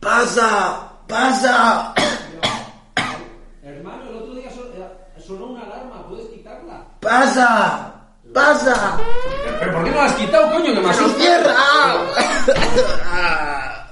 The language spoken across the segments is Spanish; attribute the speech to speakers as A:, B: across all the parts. A: ¡Pasa! ¡Pasa!
B: Hermano, el otro día son- eh, sonó una alarma, ¿puedes quitarla?
A: ¡Pasa! ¡Pasa!
B: ¿Pero por qué no la has quitado, coño? Que me
A: ¡Se nos
B: asusta.
A: cierra! ¡Ay,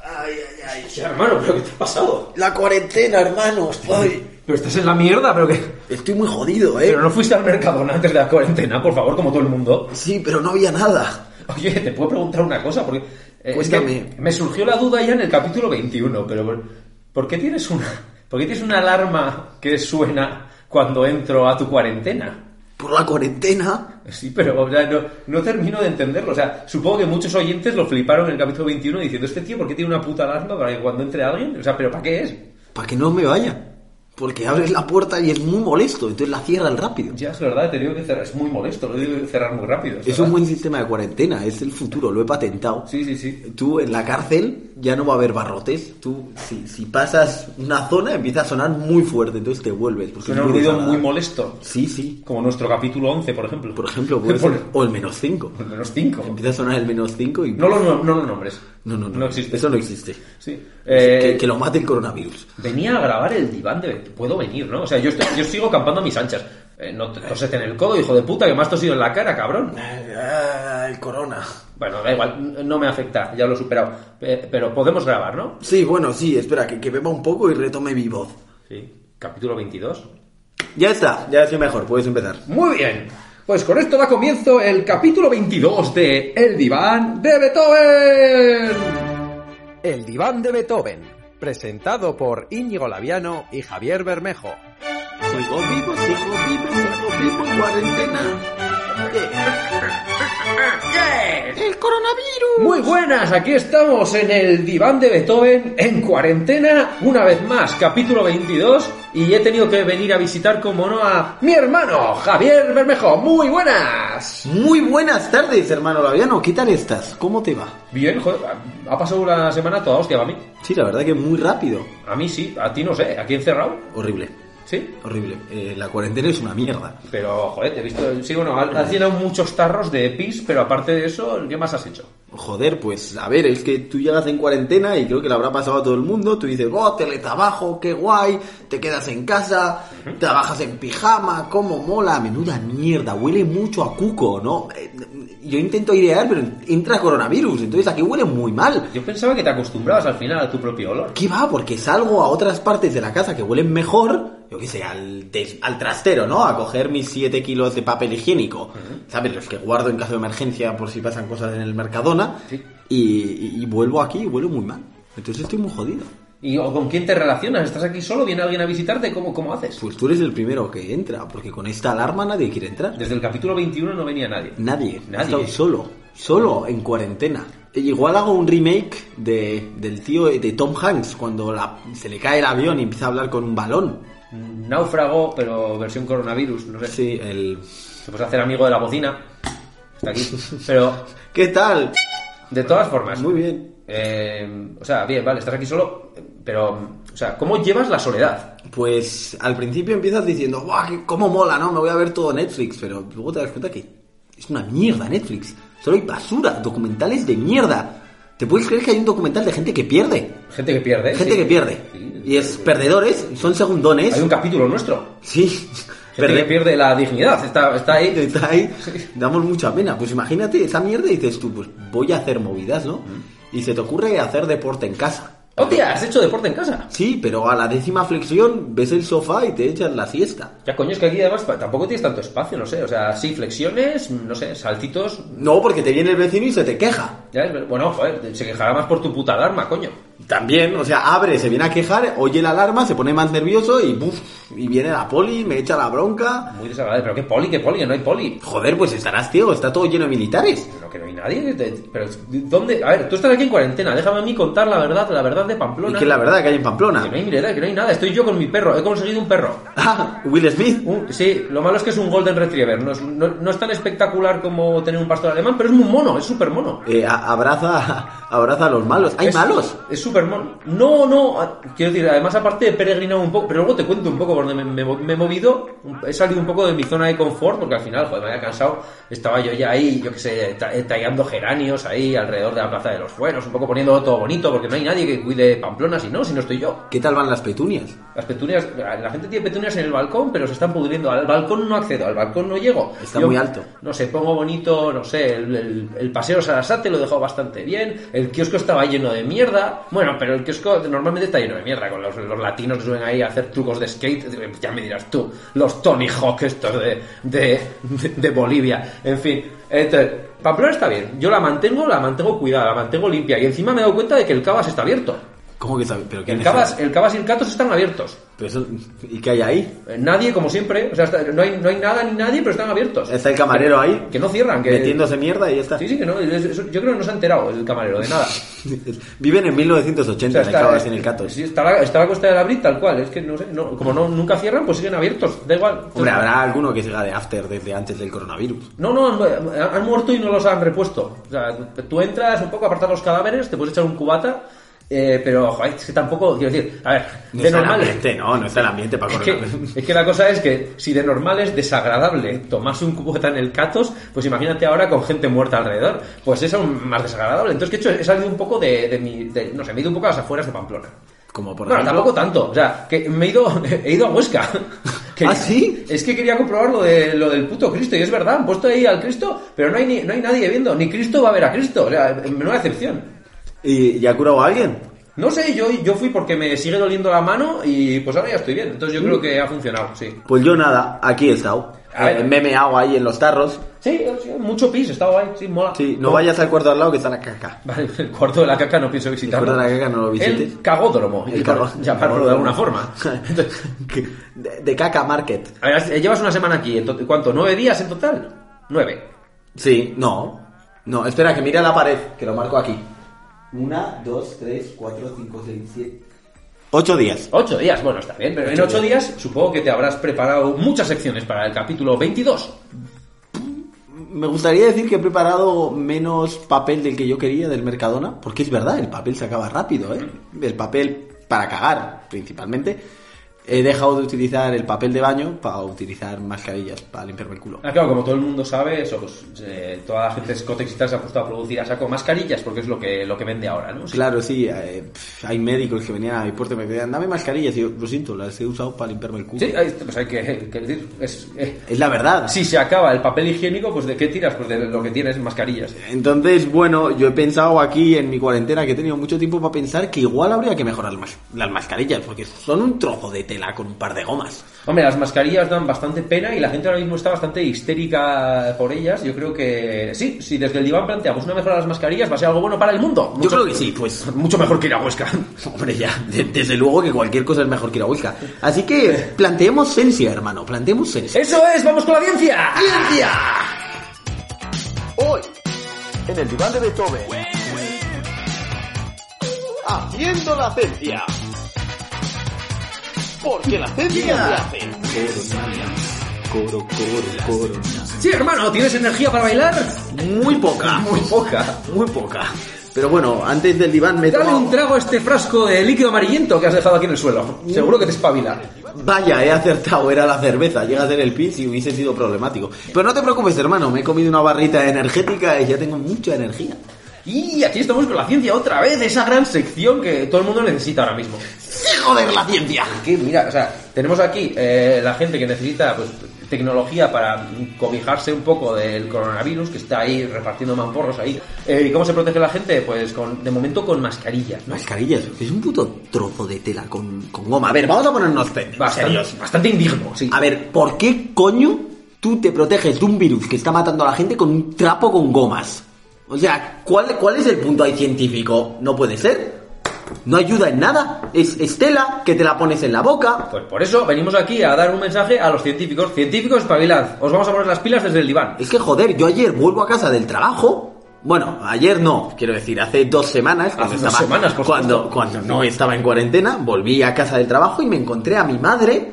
A: ay, ay!
B: Che, hermano, ¿pero qué te ha pasado?
A: La cuarentena, hermanos. Ay,
B: Pero estás en la mierda, pero que...
A: estoy muy jodido, ¿eh?
B: Pero no fuiste al Mercadona antes de la cuarentena, por favor, como todo el mundo.
A: Sí, pero no había nada.
B: Oye, te puedo preguntar una cosa, porque... eh, es que
A: Cuéntame.
B: me surgió la duda ya en el capítulo 21, pero... ¿por- ¿Por qué tienes una, por qué tienes una alarma que suena cuando entro a tu cuarentena?
A: Por la cuarentena.
B: Sí, pero o sea, no, no termino de entenderlo. O sea, supongo que muchos oyentes lo fliparon en el capítulo 21 diciendo, este tío, ¿por qué tiene una puta alarma para que cuando entre alguien? O sea, ¿pero para qué es?
A: Para que no me vaya. Porque abres la puerta y es muy molesto. Entonces la cierran rápido.
B: Ya, es verdad, he tenido que cerrar. Es muy molesto, lo he tenido que cerrar muy rápido.
A: Es
B: verdad.
A: un buen sistema de cuarentena. Es el futuro. Lo he patentado.
B: Sí, sí, sí.
A: Tú en la cárcel ya no va a haber barrotes. Tú, si, si pasas una zona, empieza a sonar muy fuerte. Entonces te vuelves. Porque
B: Suena
A: Pues es
B: un ruido muy
A: desagradable.
B: molesto.
A: Sí, sí.
B: Como nuestro capítulo 11, por ejemplo.
A: Por ejemplo, puede
B: Por-
A: ser- o el menos 5.
B: por menos 5.
A: Empieza a sonar el menos 5 y...
B: No lo, no, lo nombres.
A: no, no, no.
B: No existe.
A: Eso no existe.
B: Sí. Eh,
A: Que, que lo mate el coronavirus.
B: Venía a grabar el diván de... Puedo venir, ¿no? O sea, yo, estoy- yo sigo campando a mis anchas. Eh, no te toses en el codo, hijo de puta, que me has tosido en la cara, cabrón.
A: Ah, el corona.
B: Bueno, da igual, n- no me afecta, ya lo he superado. Pe- Pero podemos grabar, ¿no?
A: Sí, bueno, sí, espera, que, que beba un poco y retome mi voz.
B: Sí. Capítulo 22.
A: Ya está, ya estoy mejor, puedes empezar.
B: Muy bien. Pues con esto da comienzo el capítulo 22 de El diván de Beethoven.
C: El diván de Beethoven, presentado por Íñigo Laviano y Javier Bermejo.
A: Sigo vivo, pues, sigo vivo, sigo vivo en cuarentena. ¡El coronavirus!
B: Muy buenas, aquí estamos en El diván de Beethoven en cuarentena, una vez más, capítulo 22 y he tenido que venir a visitar como no a mi hermano Javier Bermejo. Muy buenas.
A: Muy buenas tardes, hermano Laviano, ¿qué tal estás? ¿Cómo te va?
B: Bien, joder, ha pasado una semana toda hostia para mí.
A: Sí, la verdad que muy rápido.
B: A mí sí, a ti no sé, aquí encerrado.
A: Horrible,
B: Sí,
A: horrible. Eh, la cuarentena es una mierda.
B: pero joder, te he visto. Sí, bueno, has has llenado muchos tarros de pis, pero aparte de eso, ¿qué más has hecho?
A: Joder, pues a ver, es que tú llegas en cuarentena y creo que le habrá pasado a todo el mundo. Tú dices, oh, teletrabajo, qué guay, te quedas en casa, trabajas en pijama, cómo mola, menuda mierda, huele mucho a cuco, ¿no? Eh, Yo intento idear, pero entra coronavirus, entonces aquí huele muy mal.
B: Yo pensaba que te acostumbrabas al final a tu propio olor.
A: ¿Qué va? Porque salgo a otras partes de la casa que huelen mejor, yo qué sé, al, des- al trastero, ¿no? A coger mis 7 kilos de papel higiénico, ¿sabes? Los que guardo en caso de emergencia por si pasan cosas en el Mercadona.
B: Sí.
A: Y, y- y vuelvo aquí y vuelo muy mal. Entonces estoy muy jodido.
B: ¿Y o con quién te relacionas? ¿Estás aquí solo? ¿Viene alguien a visitarte? ¿Cómo, cómo haces?
A: Pues tú eres el primero que entra, porque con esta alarma nadie quiere entrar.
B: Desde el capítulo 21 no venía nadie.
A: Nadie.
B: Nadie.
A: He estado solo. Solo en cuarentena. E Igual hago un remake de, del tío de Tom Hanks cuando la- se le cae el avión y empieza a hablar con un balón.
B: Náufrago, pero versión coronavirus, no sé.
A: Sí, el...
B: Te puedes hacer amigo de la bocina. Está aquí. Pero,
A: ¿Qué tal?
B: de todas formas.
A: Muy bien.
B: eh, o sea, bien, vale, estás aquí solo, pero, o sea, ¿cómo llevas la soledad?
A: Pues al principio empiezas diciendo, ¡guau! qué- ¿Cómo mola, no? Me voy a ver todo Netflix, pero luego te das cuenta que es una mierda Netflix. Solo hay basura, documentales de mierda. ¿Te puedes creer que hay un documental de gente que pierde?
B: Gente que pierde. ¿eh?
A: Gente
B: sí.
A: que pierde.
B: Sí.
A: Y es perdedores, son segundones.
B: Hay un capítulo nuestro.
A: Sí,
B: Gente que
A: perde.
B: pierde la dignidad. Está, está ahí.
A: Está ahí, damos mucha pena. Pues imagínate esa mierda y dices tú, pues voy a hacer movidas, ¿no? Y se te ocurre hacer deporte en casa.
B: Hostia, has hecho deporte en casa.
A: Sí, pero a la décima flexión ves el sofá y te echas la siesta.
B: Ya, coño, es que aquí además pa- tampoco tienes tanto espacio, no sé. O sea, sí, flexiones, no sé, saltitos.
A: No, porque te viene el vecino y se te queja.
B: Ya es ver- Bueno, joder, se quejará más por tu puta alarma, coño.
A: También, o sea, abre, se viene a quejar, oye la alarma, se pone más nervioso y ¡buf! Y viene la poli, me echa la bronca.
B: Muy desagradable. Pero qué poli, qué poli, que no hay poli.
A: Joder, pues estarás tío, está todo lleno de militares.
B: Pero que no hay nadie. que te- Pero, ¿dónde? A ver, tú estás aquí en cuarentena. Déjame a mí contar la verdad, la verdad de
A: Y
B: Pamplona.
A: que la verdad que hay en
B: Que
A: Pamplona.
B: no hay mirada, que no hay nada. Estoy yo con mi perro. He conseguido un perro.
A: Ah, Will Smith.
B: Un- sí, lo malo es que es un Golden Retriever. No es, no- no es tan espectacular como tener un pastor alemán, pero es muy mono, es súper mono.
A: Eh, a- abraza, abraza a los malos. ¿Hay malos?
B: Es Superman. No, no, a- quiero decir, además aparte he peregrinado un poco, pero luego te cuento un poco por donde me, me- me he movido, he salido un poco de mi zona de confort, porque al final, joder, me había cansado, estaba yo ya ahí, yo que sé, ta- eh, tallando geranios ahí alrededor de la Plaza de los Fueros, un poco poniéndolo todo bonito, porque no hay nadie que cuide Pamplona si no, si no estoy yo.
A: ¿Qué tal van las petunias?
B: Las petunias, la gente tiene petunias en el balcón, pero se están pudriendo. Al balcón no accedo, al balcón no llego.
A: Está muy alto.
B: No sé, pongo bonito, no sé, el, el- el paseo Sarasate lo dejó bastante bien. El kiosco estaba lleno de mierda. Bueno, pero el kiosco normalmente está lleno de mierda. Con los, los latinos que suben ahí a hacer trucos de skate. Ya me dirás tú, los Tony Hawk estos de, de, de- de Bolivia. En fin, entonces, Pamplona está bien. Yo la mantengo, la mantengo cuidada, la mantengo limpia. Y encima me he dado cuenta de que el Cabas está abierto.
A: ¿Cómo que sabe? ¿Pero quién
B: El
A: es?
B: Cabas, el Cabas y el Catos están abiertos.
A: Pero eso- ¿Y qué hay ahí?
B: Eh, Nadie, como siempre. O sea, está- no, hay, no hay nada ni nadie, pero están abiertos.
A: Está el camarero ahí,
B: Que no cierran. Que...
A: metiéndose mierda y ya está.
B: Sí, sí, que no. es- es- yo creo que no se ha enterado el camarero de nada. O
A: Viven en 1980,
B: sea,
A: en el
B: está- eh,
A: Cabas y en el Catos.
B: Sí, está la, está la costa del Abril tal cual. Es que no sé. no- como no, nunca cierran, pues siguen abiertos. Da igual. Entonces-
A: Hombre, habrá alguno que siga de after desde antes del coronavirus.
B: No, no, han, han muerto y no los han repuesto. O sea, tú entras un poco, apartas los cadáveres, te puedes echar un cubata. eh, pero, joder, es que tampoco. Quiero decir, a ver,
A: No
B: de
A: está el
B: normal.
A: ambiente, no, no está el ambiente para
B: Es que,
A: coronavirus.
B: es que la cosa es que si de normal es desagradable tomarse un cubota en el Catos, pues imagínate ahora con gente muerta alrededor. Pues es aún más desagradable. Entonces, que he hecho, he salido un poco de, de mi... de- no sé, me he ido un poco a las afueras de Pamplona.
A: Como por
B: Bueno,
A: ejemplo-
B: tampoco tanto. O sea, que me he ido, he ido a Huesca.
A: ¿Ah, sí?
B: Es que quería comprobar lo, de, lo del puto Cristo. Y es verdad, han puesto ahí al Cristo, pero no hay, ni, no hay nadie viendo. Ni Cristo va a ver a Cristo. O sea, menuda excepción.
A: ¿Y, y ha curado a alguien?
B: No sé, yo, yo fui porque me sigue doliendo la mano y pues ahora ya estoy bien. Entonces yo creo que ha funcionado, sí.
A: Pues yo nada, aquí he estado.
B: A ver.
A: Eh, me he meado ahí en los tarros.
B: Sí, sí, mucho pis, está guay, sí, mola.
A: Sí, no vayas al cuarto al lado que está la caca.
B: Vale, el cuarto de la caca no pienso visitarlo.
A: El cuarto de la caca no lo visites.
B: El cagódromo,
A: El
B: por
A: cagó-
B: llamarlo de alguna forma. Entonces,
A: Que- de, de caca market.
B: a ver, has- llevas una semana aquí, ento- ¿cuánto? ¿Nueve días en total? Nueve.
A: Sí, no. No, espera, que mira la pared, que lo marco aquí. Una, dos, tres, cuatro, cinco, seis, siete. Ocho días.
B: Ocho días, bueno, está bien, pero en ocho días supongo que te habrás preparado muchas secciones para el capítulo 22.
A: Me gustaría decir que he preparado menos papel del que yo quería del Mercadona, porque es verdad, el papel se acaba rápido, ¿eh? El papel para cagar, principalmente. He dejado de utilizar el papel de baño para utilizar mascarillas para limpiarme el culo.
B: Ah, claro, como todo el mundo sabe, eso, pues, eh, toda la gente Scotex y tal se ha puesto a producir a saco mascarillas porque es lo que, lo que vende ahora, ¿no? Sí.
A: Claro, sí, eh, pf, hay médicos que venían a mi puerta y me decían, dame mascarillas, y yo, lo siento, las he usado para limpiarme el culo.
B: Sí, ahí está, pues hay que, que decir, es, eh,
A: Es la verdad.
B: si se acaba el papel higiénico, pues ¿de qué tiras? Pues de lo que tienes, mascarillas.
A: Entonces, bueno, yo he pensado aquí en mi cuarentena que he tenido mucho tiempo para pensar que igual habría que mejorar las, las mascarillas, porque son un trozo de tela con un par de gomas.
B: Hombre, las mascarillas dan bastante pena y la gente ahora mismo está bastante histérica por ellas. Yo creo que sí, si desde el diván planteamos una mejora de las mascarillas, va a ser algo bueno para el mundo.
A: Yo creo que sí, pues.
B: Mucho mejor que ir a Huesca.
A: Hombre, ya, de- desde luego que cualquier cosa es mejor que la Huesca. Así que planteemos ciencia, hermano, planteemos ciencia.
B: ¡Eso es! ¡Vamos con la ciencia!
A: ¡Ciencia!
D: Hoy, en el diván de Beethoven. Haciendo la ciencia. Porque la ciencia se hace.
A: Coro, coro, coro.
B: Sí, hermano, ¿tienes energía para bailar?
A: Muy poca,
B: Muy poca.
A: muy poca. Pero bueno, antes del diván me he
B: Dale
A: tomado-
B: un trago a este frasco de líquido amarillento que has dejado aquí en el suelo. Seguro que te espabila.
A: Vaya, he acertado, era la cerveza. Llega a ser el pis y hubiese sido problemático. Pero no te preocupes, hermano, me he comido una barrita energética y ya tengo mucha energía.
B: Y aquí estamos con la ciencia otra vez, esa gran sección que todo el mundo necesita ahora mismo.
A: ¡Sí, joder, la ciencia!
B: que mira, o sea, tenemos aquí eh, la gente que necesita pues, tecnología para cobijarse un poco del coronavirus que está ahí repartiendo mamporros ahí. Eh, ¿Y cómo se protege la gente? Pues con, de momento con mascarillas, ¿no?
A: Mascarillas, es un puto trozo de tela con, con goma. A ver, vamos a ponernos serios.
B: Bastante, bastante indigno, sí.
A: A ver, ¿por qué coño tú te proteges de un virus que está matando a la gente con un trapo con gomas? O sea, ¿cuál, cuál es el punto ahí científico? No puede ser. No ayuda en nada. Es, es tela que te la pones en la boca.
B: Pues por eso venimos aquí a dar un mensaje a los científicos. Científicos, espabilad. Os vamos a poner las pilas desde el diván.
A: Es que joder, yo ayer vuelvo a casa del trabajo. Bueno, ayer no, quiero decir, hace dos semanas, cuando,
B: Hace dos semanas, por
A: cuando,
B: supuesto.
A: cuando no estaba en cuarentena, volví a casa del trabajo y me encontré a mi madre,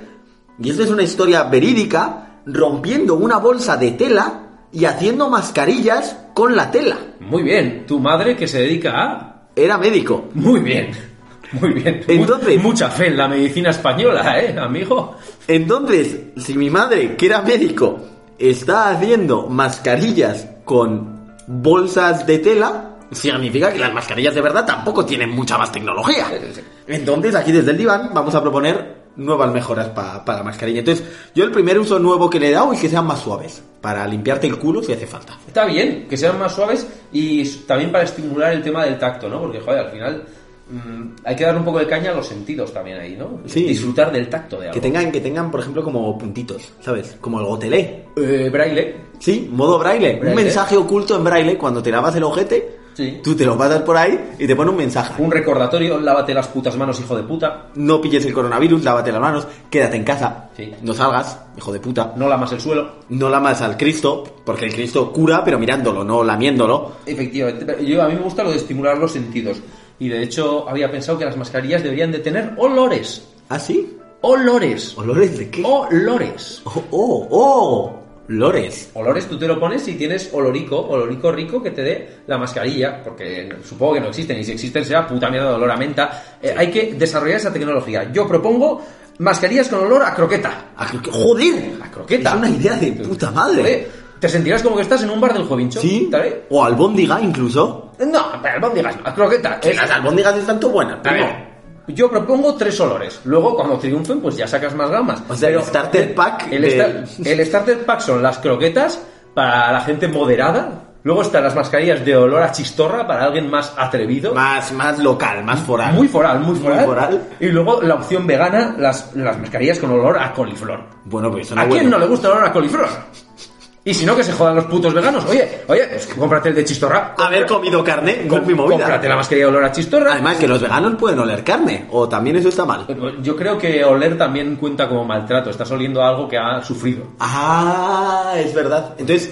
A: y esto es una historia verídica, rompiendo una bolsa de tela y haciendo mascarillas con la tela.
B: Muy bien. Tu madre que se dedica a...
A: Era médico.
B: Muy bien. Muy bien.
A: Entonces-
B: Mu- Mucha fe en la medicina española, ¿eh, amigo?
A: Entonces, si mi madre, que era médico, está haciendo mascarillas con bolsas de tela, significa que las mascarillas de verdad tampoco tienen mucha más tecnología. Entonces, aquí desde el diván vamos a proponer nuevas mejoras pa- para la mascarilla. Entonces, yo el primer uso nuevo que le he dado es que sean más suaves, para limpiarte el culo si hace falta.
B: Está bien, que sean más suaves y s- también para estimular el tema del tacto, ¿no? Porque, joder, al final mm, hay que dar un poco de caña a los sentidos también ahí, ¿no?
A: Sí.
B: Disfrutar del tacto de algo.
A: Que tengan, que tengan, por ejemplo, como puntitos, ¿sabes? Como el gotelé.
B: Eh, braille.
A: Sí, modo braille.
B: Braille.
A: Un mensaje oculto en braille cuando te lavas el ojete.
B: Sí.
A: Tú te lo pasas por ahí y te pone un mensaje.
B: Un recordatorio, lávate las putas manos, hijo de puta.
A: No pilles el coronavirus, lávate las manos, quédate en casa,
B: Sí.
A: no salgas, hijo de puta.
B: No lamas el suelo.
A: No lamas al Cristo, porque el Cristo cura, pero mirándolo, no lamiéndolo.
B: Efectivamente, pero yo a mí me gusta lo de estimular los sentidos. Y de hecho había pensado que las mascarillas deberían de tener olores.
A: ¿Ah, sí?
B: Olores.
A: ¿Olores de qué?
B: Olores.
A: ¡Oh, oh! oh. Lores.
B: Olores tú te lo pones y tienes olorico, olorico rico que te dé la mascarilla, porque supongo que no existen, y si existen será puta mierda de olor a menta. Eh, hay que desarrollar esa tecnología. Yo propongo mascarillas con olor a croqueta.
A: A cro- ¡Joder!
B: A croqueta.
A: Es una idea de puta madre.
B: Joder, Te sentirás como que estás en un bar del jovincho.
A: ¿Sí?
B: ¿Tal-
A: O albóndiga, incluso.
B: No, pero albóndigas no, a croqueta.
A: Que
B: Eh,
A: las albóndigas están tan buenas,
B: A
A: primo.
B: ver, yo propongo tres olores. Luego, cuando triunfen, pues ya sacas más gamas.
A: O sea, el starter pack
B: El,
A: de-
B: sta- el starter pack son las croquetas para la gente moderada. Luego están las mascarillas de olor a chistorra para alguien más atrevido.
A: Más, más local, más foral.
B: Muy foral, muy
A: Muy
B: foral.
A: foral.
B: Y luego la opción vegana, las, las mascarillas con olor a coliflor.
A: Bueno, pues eso
B: ¿A quién
A: huele.
B: no le gusta el olor a coliflor? Y si no, que se jodan los putos veganos. Oye, oye, es que cómprate el de chistorra.
A: Haber comido carne no es mi movida.
B: Cómprate la mascarilla de olor a chistorra.
A: Además, que los veganos pueden oler carne, o también eso está mal.
B: Yo creo que oler también cuenta como maltrato. Estás oliendo a algo que ha sufrido.
A: Ah, es verdad. Entonces,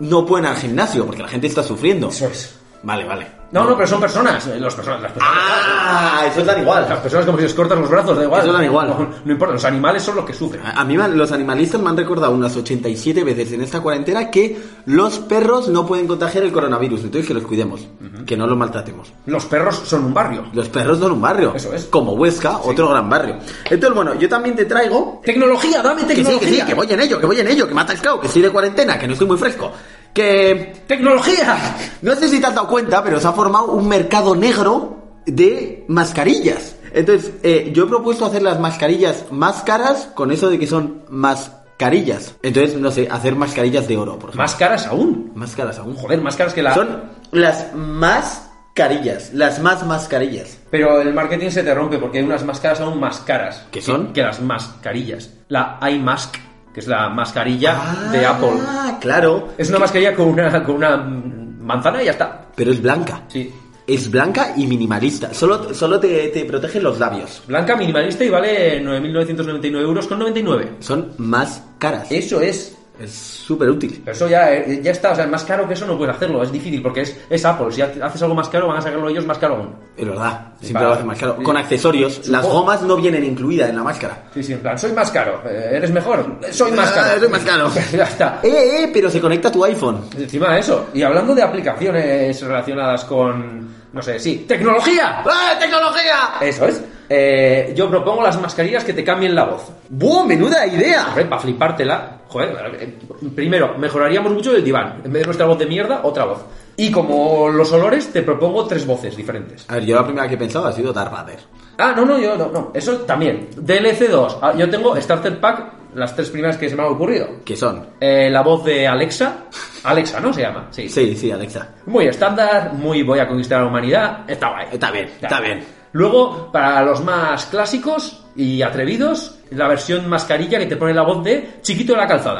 A: no pueden al gimnasio porque la gente está sufriendo.
B: es.
A: Vale, vale.
B: No, no, pero son personas. eh, Los personas las personas.
A: Ah, eso dan
B: Las
A: igual.
B: personas como si les cortas los brazos, da igual.
A: Eso da igual. Ah.
B: No, no importa, los animales son los que sufren.
A: A a mí me han- los animalistas me han recordado unas 87 veces en esta cuarentena que los perros no pueden contagiar el coronavirus, entonces que los cuidemos, que no los maltratemos.
B: Los perros son un barrio.
A: Los perros son un barrio,
B: Eso es.
A: como Huesca, otro gran barrio. Entonces, bueno, yo también te traigo
B: Tecnología, dame
A: que sí,
B: tecnología.
A: que sí, que voy en ello, que voy en ello, que me ha atascado, que estoy de cuarentena, que no estoy muy fresco, que
B: Tecnología.
A: No sé si te has dado cuenta, pero se ha formado un mercado negro de mascarillas. Entonces, eh, yo he propuesto hacer las mascarillas más caras con eso de que son mascarillas. Entonces, no sé, hacer mascarillas de oro, por ejemplo.
B: Más caras aún.
A: Más caras aún, joder.
B: Joder, más caras que la.
A: Son las más carillas, las más mascarillas.
B: Pero el marketing se te rompe porque hay unas máscaras aún más caras.
A: ¿Qué son?
B: Que las mascarillas. La iMask, que es la mascarilla de Apple.
A: Ah, claro.
B: Es una mascarilla con una, con una mm, manzana y ya está.
A: Pero es blanca.
B: Sí.
A: Es blanca y minimalista. Solo, solo te, te protegen los labios.
B: Blanca minimalista y vale 9.999 euros con 99.
A: Son más caras.
B: Eso es.
A: Es súper útil.
B: Pero eso ya, eh, ya está. O sea, más caro que eso no puedes hacerlo. Es difícil porque es, es Apple. Si ha- haces algo más caro, van a sacarlo ellos más caro aún.
A: Es verdad,
B: Sí,
A: siempre
B: para-
A: lo hacen más caro. Con accesorios, las
B: Supongo.
A: gomas no vienen incluidas en la máscara.
B: Sí, sí, en plan, soy más caro. eh, eres mejor. eh, Soy más
A: Ah,
B: caro.
A: soy más caro.
B: ya está.
A: Eh, eh, pero se conecta a tu iPhone.
B: Encima de eso. Y hablando de aplicaciones relacionadas con. No sé, sí. ¡Tecnología!
A: ¡Ah, tecnología!
B: Eso es. Eh, yo propongo las mascarillas que te cambien la voz.
A: ¡Buah, menuda idea!
B: Hombre, para flipártela, joder, eh, primero, mejoraríamos mucho el diván. En vez de nuestra voz de mierda, otra voz. Y como los olores, te propongo tres voces diferentes.
A: A ver, yo la primera que he pensado ha sido Darth Vader.
B: Ah, no, no, yo no, no. Eso también. DLC2. Ah, yo tengo Starter Pack, las tres primeras que se me han ocurrido.
A: ¿Qué son?
B: Eh, la voz de Alexa. Alexa, ¿no? Se llama. Sí.
A: Sí, sí, Alexa.
B: Muy estándar, muy voy a conquistar a la humanidad. Está guay.
A: Está bien, está bien.
B: Luego, para los más clásicos y atrevidos, la versión mascarilla que te pone la voz de Chiquito de la Calzada.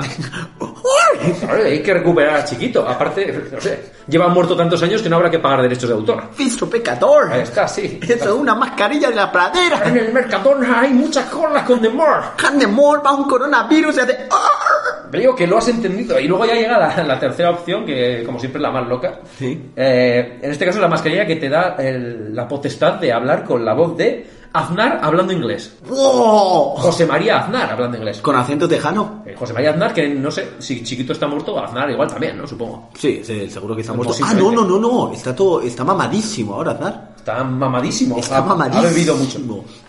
B: Joder, hay que recuperar a Chiquito. Aparte, no sé, lleva muerto tantos años que no habrá que pagar derechos de autor.
A: ¡Fisto pecador!
B: Ahí está, sí.
A: ¡Eso es una mascarilla de la pradera!
B: En el Mercadona hay muchas colas con Demor.
A: ¡Handemol va un coronavirus y hace... ¡ah! ¡Arr!
B: Veo que lo has entendido. Y luego ya llega la, la tercera opción, que como siempre es la más loca.
A: Sí.
B: Eh, en este caso, la mascarilla que te da el- la potestad de hablar con la voz de Aznar hablando inglés.
A: ¡Wow!
B: José María Aznar hablando inglés.
A: ¿Con acento tejano?
B: Eh, José María Aznar, que no sé si chiquito está muerto, Aznar igual también, ¿no? Supongo.
A: Sí, sí, seguro que está
B: Como
A: muerto. Ah, no,
B: simplemente.
A: no, no, no. Está todo... Está mamadísimo ahora, Aznar.
B: Está mamadísimo.
A: Está
B: Ha-
A: mamadísimo.
B: Ha bebido mucho.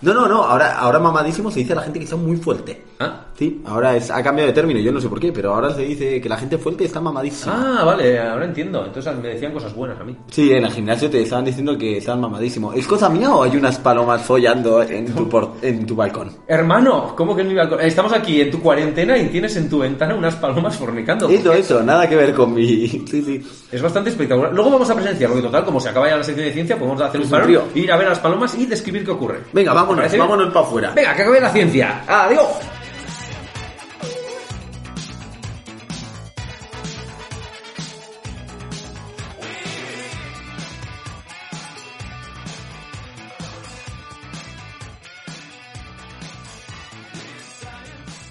A: No, no, no. Ahora, ahora mamadísimo se dice a la gente que está muy fuerte.
B: ¿Ah?
A: Sí, ahora es, ha cambiado de término, yo no sé por qué, pero ahora se dice que la gente fuerte está mamadísima.
B: Ah, vale, ahora entiendo. Entonces me decían cosas buenas a mí.
A: Sí, en el gimnasio te estaban diciendo que estaban mamadísimo. ¿Es cosa mía o hay unas palomas follando en tu, por- en tu balcón?
B: Hermano, ¿cómo que en mi balcón? Estamos aquí en tu cuarentena y tienes en tu ventana unas palomas fornicando.
A: Eso, eso, nada que ver con mi... Sí, sí.
B: Es bastante espectacular. Luego vamos a presenciar, porque total, como se acaba ya la sección de ciencia, podemos hacer un
A: un
B: parón,
A: río.
B: ir a ver las palomas y describir qué ocurre.
A: Venga, vámonos,
B: ¿Parece bien?
A: vámonos Ah, para afuera.
B: Venga, que acabe la ciencia. Adiós.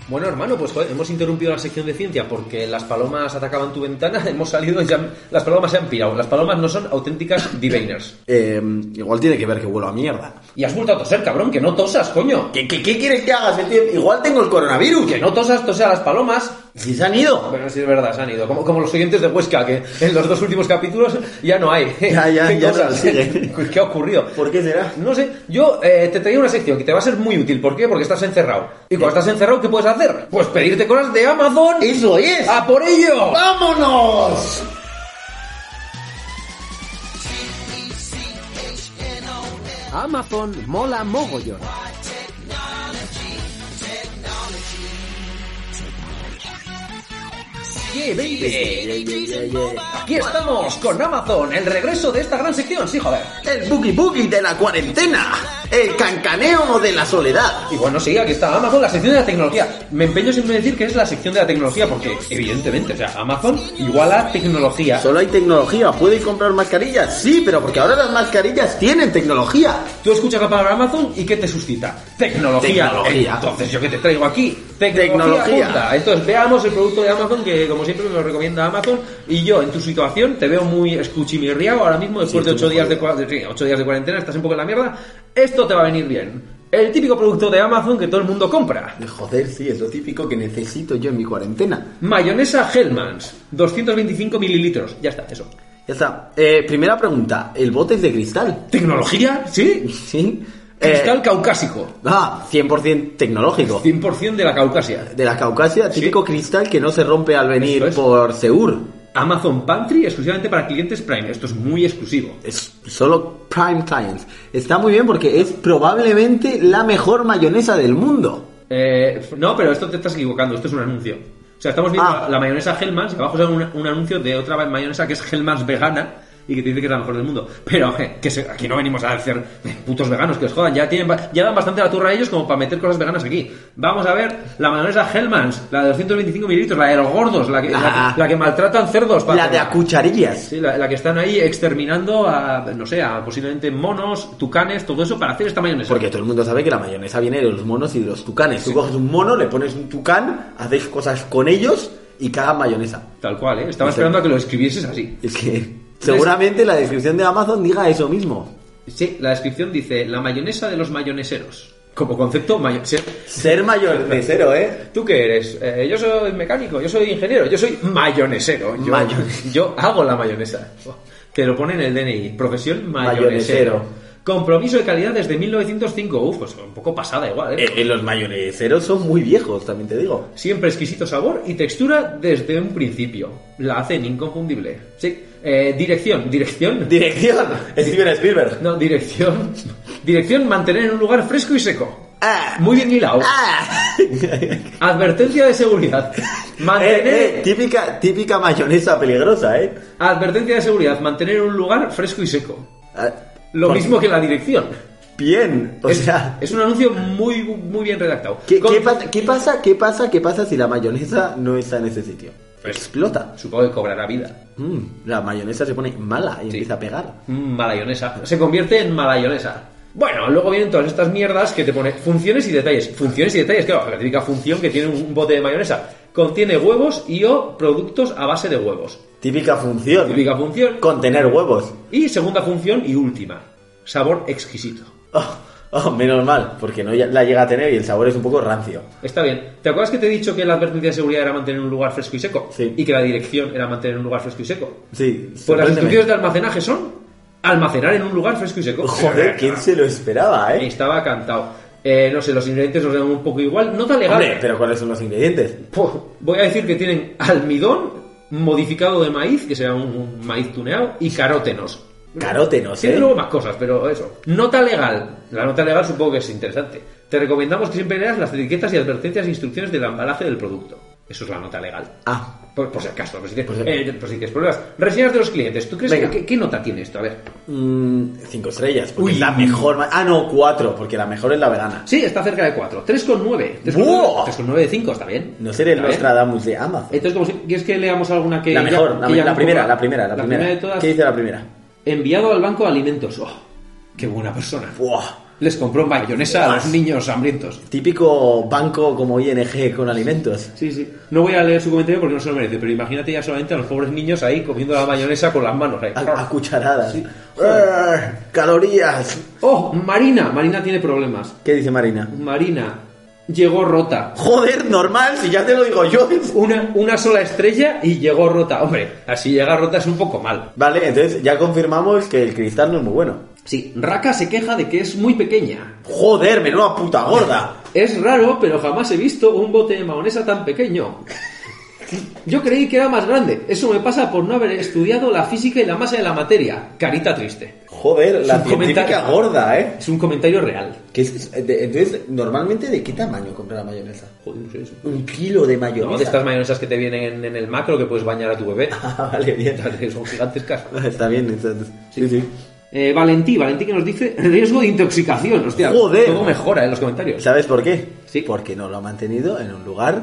B: Bueno, hermano, pues joder, hemos interrumpido la sección de ciencia porque las palomas atacaban tu ventana, hemos salido y ya- las palomas se han pirado. Las palomas no son auténticas diviners.
A: Eh, igual tiene que ver que huelo a mierda.
B: Y has vuelto a toser, cabrón, que no tosas, coño.
A: ¿Qué, qué, qué quieres que hagas? Enti- Igual tengo el coronavirus.
B: Que no tosas, tose a las palomas.
A: Si se han ido.
B: Bueno, sí es verdad, se han ido. Como, como los oyentes de Huesca, que en los dos últimos capítulos ya no hay.
A: Ya, ya,
B: ¿Qué
A: ya no
B: cosas? Pues,
A: sigue.
B: ¿Qué ha ocurrido?
A: ¿Por qué será?
B: No sé, yo eh, te traía una sección que te va a ser muy útil. ¿Por qué? Porque estás encerrado. Y cuando estás encerrado, ¿qué puedes hacer? Pues pedirte cosas de Amazon.
A: Eso es.
B: ¡A por ello!
A: ¡Vámonos!
C: Amazon mola mogollón.
B: Yeah, baby. Aquí estamos con Amazon, el regreso de esta gran sección. Sí, joder.
A: El boogie boogie de la cuarentena. El cancaneo de la soledad.
B: Y bueno, sí, aquí está Amazon, la sección de la tecnología. Me empeño siempre en decir que es la sección de la tecnología, porque evidentemente, o sea, Amazon igual a tecnología.
A: Solo hay tecnología. ¿Puedes comprar mascarillas? Sí, pero porque ahora las mascarillas tienen tecnología.
B: Tú escuchas la palabra Amazon y ¿qué te suscita? Tecnología.
A: Tecnología.
B: Entonces, ¿yo qué te traigo aquí?
A: Tecnología.
B: punta. Entonces, veamos el producto de Amazon, que como siempre me lo recomienda Amazon. Y yo, en tu situación, te veo muy escuchimirriado ahora mismo, después de ocho días de, cua- de- sí, ocho días de cuarentena, estás un poco en la mierda. Esto te va a venir bien. El típico producto de Amazon que todo el mundo compra.
A: Joder, sí, es lo típico que necesito yo en mi cuarentena.
B: Mayonesa Hellmann's, 225 mililitros. Ya está, eso.
A: Ya está. Eh, primera pregunta. ¿El bote es de cristal?
B: ¿Tecnología? ¿Sí?
A: ¿Sí? Eh,
B: Cristal caucásico.
A: Ah, 100% tecnológico.
B: 100% de la Caucasia.
A: De la Caucasia, típico cristal que no se rompe al venir
B: Eso es.
A: por Seur.
B: Amazon Pantry exclusivamente para clientes Prime. Esto es muy exclusivo.
A: Es solo Prime Clients. Está muy bien porque es probablemente la mejor mayonesa del mundo.
B: Eh, no, pero esto te estás equivocando. Esto es un anuncio. O sea, estamos viendo
A: Ah.
B: la mayonesa Hellmann's y abajo sale un, un anuncio de otra mayonesa que es Hellmann's vegana y que te dice que es la mejor del mundo. Pero eh, que se- aquí no venimos a hacer eh, putos veganos que os jodan. Ya, tienen, ba- ya dan bastante la turra a ellos como para meter cosas veganas aquí. Vamos a ver la mayonesa Hellmann's, la de 225 mililitros, la de los gordos, la que, la,
A: Ah.
B: la que maltratan cerdos. para
A: La de
B: hacerla.
A: a cucharillas.
B: Sí, la, la que están ahí exterminando a, no sé, a posiblemente monos, tucanes, todo eso para hacer esta mayonesa.
A: Porque todo el mundo sabe que la mayonesa viene de los monos y de los tucanes. Tú coges un mono, le pones un tucán, haces cosas con ellos y cagas mayonesa.
B: Tal cual, ¿eh?
A: Sí.
B: Estaba esperando a que lo escribieses así.
A: Es que seguramente la descripción de Amazon diga eso mismo.
B: Sí, la descripción dice, la mayonesa de los mayoneseros. Como concepto, mayonesero.
A: Ser mayonesero, ¿eh?
B: ¿Tú qué eres? Eh, yo soy mecánico, yo soy ingeniero, yo soy mayonesero. Yo,
A: Mayo-
B: yo hago la mayonesa. Te lo pone en el DNI. Profesión mayonesero.
A: Mayonesero.
B: Compromiso de calidad desde 1905. Uf, pues un poco pasada igual, ¿eh?
A: Eh, eh, los mayoneseros son muy viejos, también te digo.
B: Siempre exquisito sabor y textura desde un principio. La hacen inconfundible. Sí. Eh, dirección, dirección.
A: Dirección, Steven Spielberg.
B: no, dirección. Dirección, mantener en un lugar fresco y seco.
A: Ah.
B: Muy bien hilado.
A: Ah.
B: Advertencia de seguridad. Mantener.
A: Eh, eh, típica, típica mayonesa peligrosa, ¿eh?
B: Advertencia de seguridad. Mantener en un lugar fresco y seco.
A: Ah,
B: Lo
A: por-
B: mismo que la dirección.
A: Bien, o
B: es,
A: sea...
B: es un anuncio muy, muy bien redactado.
A: ¿qué,
B: Con-
A: qué pa- qué pasa, qué pasa, qué pasa si la mayonesa no está en ese sitio?
B: Pues-
A: Explota.
B: Supongo que cobrará vida.
A: Mm, la mayonesa se pone mala y empieza a pegar.
B: Mm, Malayonesa. Se convierte en malayonesa. Bueno, luego vienen todas estas mierdas que te pone funciones y detalles. Funciones y detalles, claro, la típica función que tiene un bote de mayonesa. Contiene huevos y o productos a base de huevos.
A: Típica función.
B: Típica función.
A: Contener huevos.
B: Y segunda función y última. Sabor exquisito.
A: Oh, oh, menos mal, porque no ya- la llega a tener y el sabor es un poco rancio.
B: Está bien. ¿Te acuerdas que te he dicho que la advertencia de seguridad era mantener un lugar fresco y seco?
A: Sí.
B: Y que la dirección era mantener un lugar fresco y seco.
A: Sí,
B: Pues las
A: sorpréndeme.
B: instrucciones de almacenaje son almacenar en un lugar fresco y seco. Ah,
A: Joder, ¿quién se lo esperaba, eh?
B: Estaba cantado. Eh, no sé, los ingredientes nos dan un poco igual. Nota legal.
A: Hombre, pero ¿cuáles son los ingredientes?
B: Po- voy a decir que tienen almidón modificado de maíz, que será un, un maíz tuneado, y carótenos.
A: Carótenos,
B: Tiene
A: ¿eh?
B: luego más cosas, pero eso. Nota legal. La nota legal supongo que es interesante. Te recomendamos que siempre leas las etiquetas y advertencias e instrucciones del embalaje del producto. Eso es la nota legal.
A: Ah,
B: Por, por si acaso, por si tienes,
A: Por si-
B: eh, por si tienes problemas. Reseñas de los clientes. ¿Tú crees
A: Pues Venga.
B: que, qué, qué nota tiene esto? A ver.
A: mm, cinco estrellas. Porque
B: Uy.
A: es la mejor. ma- Ah, no, cuatro, porque la mejor es la vegana.
B: Sí, está cerca de 4. 3,9.
A: ¡Buah!
B: 3,9 de 5, está bien.
A: No seré el
B: Está bien.
A: Nostradamus de Amazon.
B: Entonces, como si, ¿quieres que leamos alguna Eh, que.
A: la
B: ya-
A: mejor, la,
B: que ya
A: la
B: un
A: primera,
B: poco-
A: la primera, la primera.
B: de todas.
A: ¿Qué dice la primera?
B: Enviado al banco de alimentos. ¡Oh! ¡Qué buena persona!
A: Buah,
B: Les compró mayonesa a los niños hambrientos.
A: típico banco como ING con alimentos.
B: Sí, sí. No voy a leer su comentario porque no se lo merece, pero imagínate ya solamente a los pobres niños ahí comiendo la mayonesa con las manos. ahí.
A: A, a cucharadas.
B: Sí.
A: Arr, calorías.
B: ¡Oh! Marina. Marina tiene problemas.
A: ¿Qué dice Marina?
B: Marina llegó rota.
A: Joder, normal, si ya te lo digo yo.
B: Una, una sola estrella y llegó rota. Hombre, así llegar rota es un poco mal.
A: Vale, entonces ya confirmamos que el cristal no es muy bueno.
B: Sí, Raka se queja de que es muy pequeña.
A: Joder, menuda puta gorda.
B: Es raro, pero jamás he visto un bote de mahonesa tan pequeño. Yo creí que era más grande. Eso me pasa por no haber estudiado la física y la masa de la materia. Carita triste.
A: Joder, la
B: Es un
A: científica
B: comentario.
A: gorda, eh.
B: Es un comentario real.
A: ¿Qué es- de- entonces, normalmente, ¿de qué tamaño compra la mayonesa?
B: Joder, no sé eso.
A: Un kilo de mayonesa.
B: No, de estas mayonesas que te vienen en el macro que puedes bañar a tu bebé.
A: Ah, vale, bien. Ah,
B: Las que Son gigantescas.
A: Está bien, entonces. Sí, sí.
B: Eh, Valentí, Valentí que nos dice riesgo de intoxicación. Hostia,
A: Joder.
B: todo mejora en los comentarios.
A: ¿Sabes por qué?
B: Sí.
A: Porque no lo ha mantenido en un lugar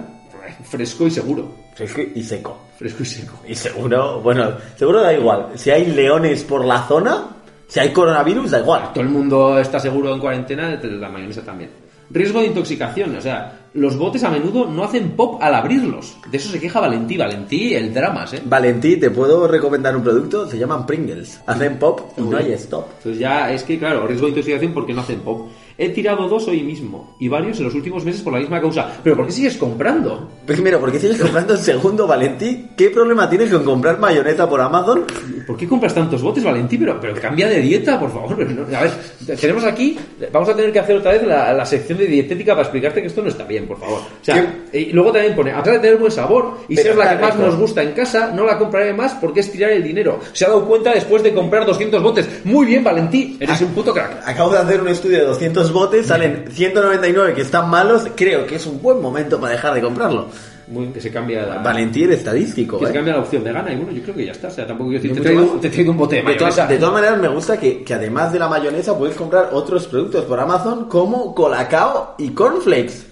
B: Fresco y seguro.
A: fresco y seco.
B: Fresco y seco.
A: Y seguro, bueno, seguro da igual. Si hay leones por la zona, si hay coronavirus, da igual.
B: Todo el mundo está seguro en cuarentena, pero la mayonesa también. Riesgo de intoxicación, o sea, los botes a menudo no hacen pop al abrirlos. De eso se queja Valentí, Valentí, el dramas, ¿eh?
A: Valentí, te puedo recomendar un producto, se llaman Pringles. Hacen pop y no hay stop.
B: Entonces ya es que, claro, riesgo de intoxicación porque no hacen pop. He tirado dos hoy mismo y varios en los últimos meses por la misma causa. ¿Pero por qué sigues comprando?
A: Primero, ¿por qué Pues sigues comprando el segundo, Valentí? ¿Qué problema tienes con comprar mayonesa por Amazon?
B: ¿Por qué compras tantos botes, Valentí? Pero, pero cambia de dieta, por favor. Pero no- a ver, tenemos aquí, vamos a tener que hacer otra vez la, la sección de dietética para explicarte que esto no está bien, por favor. O sea, y luego también pone, a pesar de tener buen sabor y
A: Pero
B: ser la
A: está
B: que más
A: rico.
B: nos gusta en casa, no la compraré más porque es tirar el dinero. Se ha dado cuenta después de comprar 200 botes. Muy bien, Valentí, eres un puto crack.
A: Acabo de hacer un estudio de 200 botes, salen 199 que están malos. Creo que es un buen momento para dejar de comprarlo.
B: Muy bien, que se cambia la...
A: Valentí era estadístico,
B: Que se
A: ¿eh?
B: cambia la opción de gana y bueno, yo creo que ya está. O sea, tampoco yo te,
A: Yo
B: te
A: me
B: traigo,
A: traigo-
B: te traigo un bote de
A: De
B: mayonesa.
A: todas, de todas maneras, me gusta que, que además de la mayonesa puedes comprar otros productos por Amazon como colacao y cornflakes.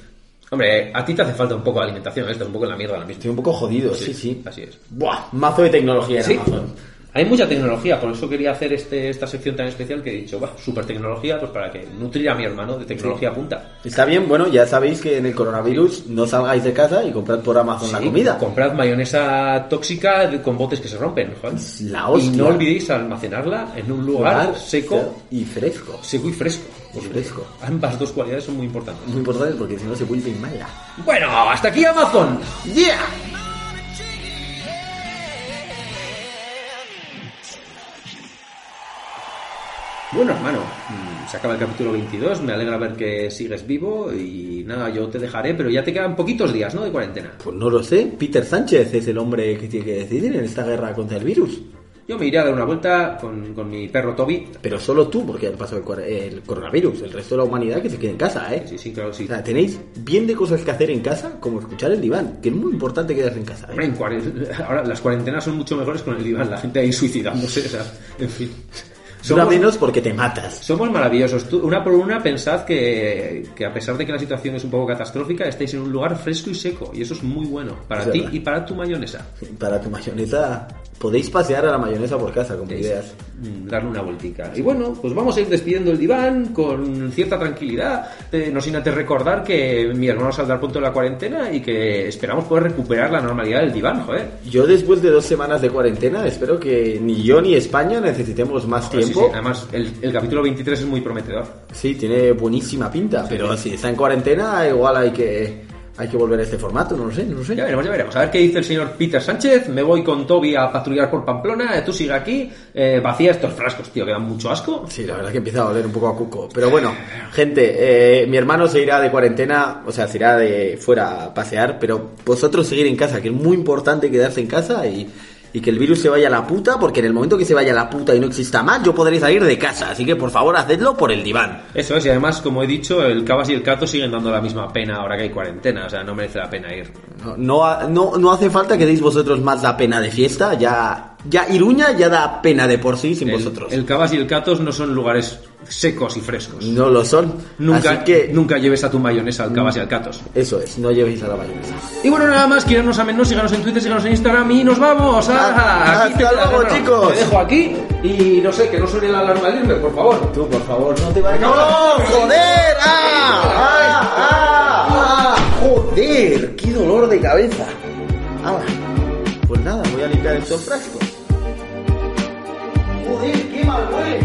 B: Hombre, a ti te hace falta un poco de alimentación, esto es un poco en la mierda ahora mismo.
A: Estoy un poco jodido, sí, sí.
B: Así es.
A: Buah, mazo de tecnología en
B: Sí.
A: Amazon.
B: Hay mucha tecnología, por eso quería hacer este, esta sección tan especial que he dicho, va, super tecnología, pues para que nutrir a mi hermano de tecnología punta.
A: Está bien, bueno, ya sabéis que en el coronavirus no salgáis de casa y comprad por Amazon la
B: Sí,
A: comida.
B: Comprad mayonesa tóxica de- con botes que se rompen, joder.
A: La hostia.
B: Y no olvidéis almacenarla en un lugar
A: Lugar
B: seco,
A: y fresco.
B: seco y fresco. por
A: Y
B: supuesto.
A: fresco.
B: Ambas dos cualidades son muy importantes.
A: Muy importante porque si no se vuelve mala.
B: Bueno, hasta aquí Amazon.
A: ¡Yeah!
B: Bueno, hermano, mm, se acaba el capítulo 22, me alegra ver que sigues vivo y nada, yo te dejaré, pero ya te quedan poquitos días, ¿no? De cuarentena.
A: Pues no lo sé, Peter Sánchez es el hombre que tiene que decidir en esta guerra contra el virus.
B: Yo me iré a dar una vuelta con, con mi perro Toby.
A: Pero solo tú, porque han pasado el, cuar- el coronavirus, el resto de la humanidad que se quede en casa, ¿eh?
B: Sí, sí, claro,
A: O
B: sí.
A: sea, tenéis bien de cosas que hacer en casa, como escuchar el diván, que es muy importante quedarse en casa. ¿eh?
B: Hombre, en cuaren- ahora las cuarentenas son mucho mejores con el diván, la gente ahí suicidándose, o sea, en fin.
A: Dura
B: Somos,
A: menos porque te matas.
B: somos maravillosos. Tú, una por una pensad que, que a pesar de que la situación es un poco catastrófica, estáis en un lugar fresco y seco, y eso es muy bueno para
A: Es
B: ti
A: verdad.
B: y para tu mayonesa.
A: Para tu mayonesa, podéis pasear a la mayonesa por casa, como ideas.
B: Mm, darle una vueltica. Y bueno, pues vamos a ir despidiendo el diván con cierta tranquilidad, eh, no sin antes recordar que mi hermano saldrá pronto de la cuarentena y que esperamos poder recuperar la normalidad del diván, joder.
A: Yo después de dos semanas de cuarentena, espero que ni yo ni España necesitemos más
B: Sí, sí,
A: tiempo.
B: Además, el, el capítulo 23 es muy prometedor.
A: Sí, tiene buenísima pinta, pero si está en cuarentena, igual hay que hay que volver a este formato, no lo sé, no lo sé.
B: Ya veremos, ya veremos. A ver qué dice el señor Peter Sánchez. Me voy con Toby a patrullar por Pamplona. eh, Tú sigue aquí. Eh, vacía estos frascos, tío, que dan mucho asco.
A: Sí, la verdad es que empieza a oler un poco a cuco. Pero bueno, gente, eh, mi hermano se irá de cuarentena, o sea, se irá de fuera a pasear, pero vosotros seguir en casa, que es muy importante quedarse en casa y, y que el virus se vaya a la puta, porque en el momento que se vaya a la puta y no exista más, yo podré salir de casa. Así que por favor, hacedlo por el diván.
B: Eso es, y además, como he dicho, el Cabas y el Cato siguen dando la misma pena ahora que hay cuarentena. O sea, no merece la pena ir.
A: No, no, no, no hace falta que deis vosotros más la pena de fiesta, ya, ya Iruña ya da pena de por sí sin
B: El-
A: vosotros.
B: El Cabas y el Catos no son lugares secos y frescos.
A: No lo son.
B: Nunca,
A: Así que,
B: nunca lleves a tu mayonesa al Cabas y al Catos.
A: eso es, no llevéis a la mayonesa.
B: Y bueno, nada más, querernos, menos síganos en Twitter, síganos en Instagram y nos vamos.
A: Ah,
B: Aquí te
A: hasta
B: quedas,
A: luego,
B: no, no,
A: chicos.
B: Te dejo aquí y no sé, que no suene la alarma al irme, por favor.
A: Tú, por favor, no te vayas.
B: ¡No,
A: joder! ¡Ah! ¡Ah! ¡Ah! ¡Joder! ¡Qué dolor de cabeza! ¡Ah! Pues nada, voy a limpiar estos frascos. ¡Joder, qué mal huele!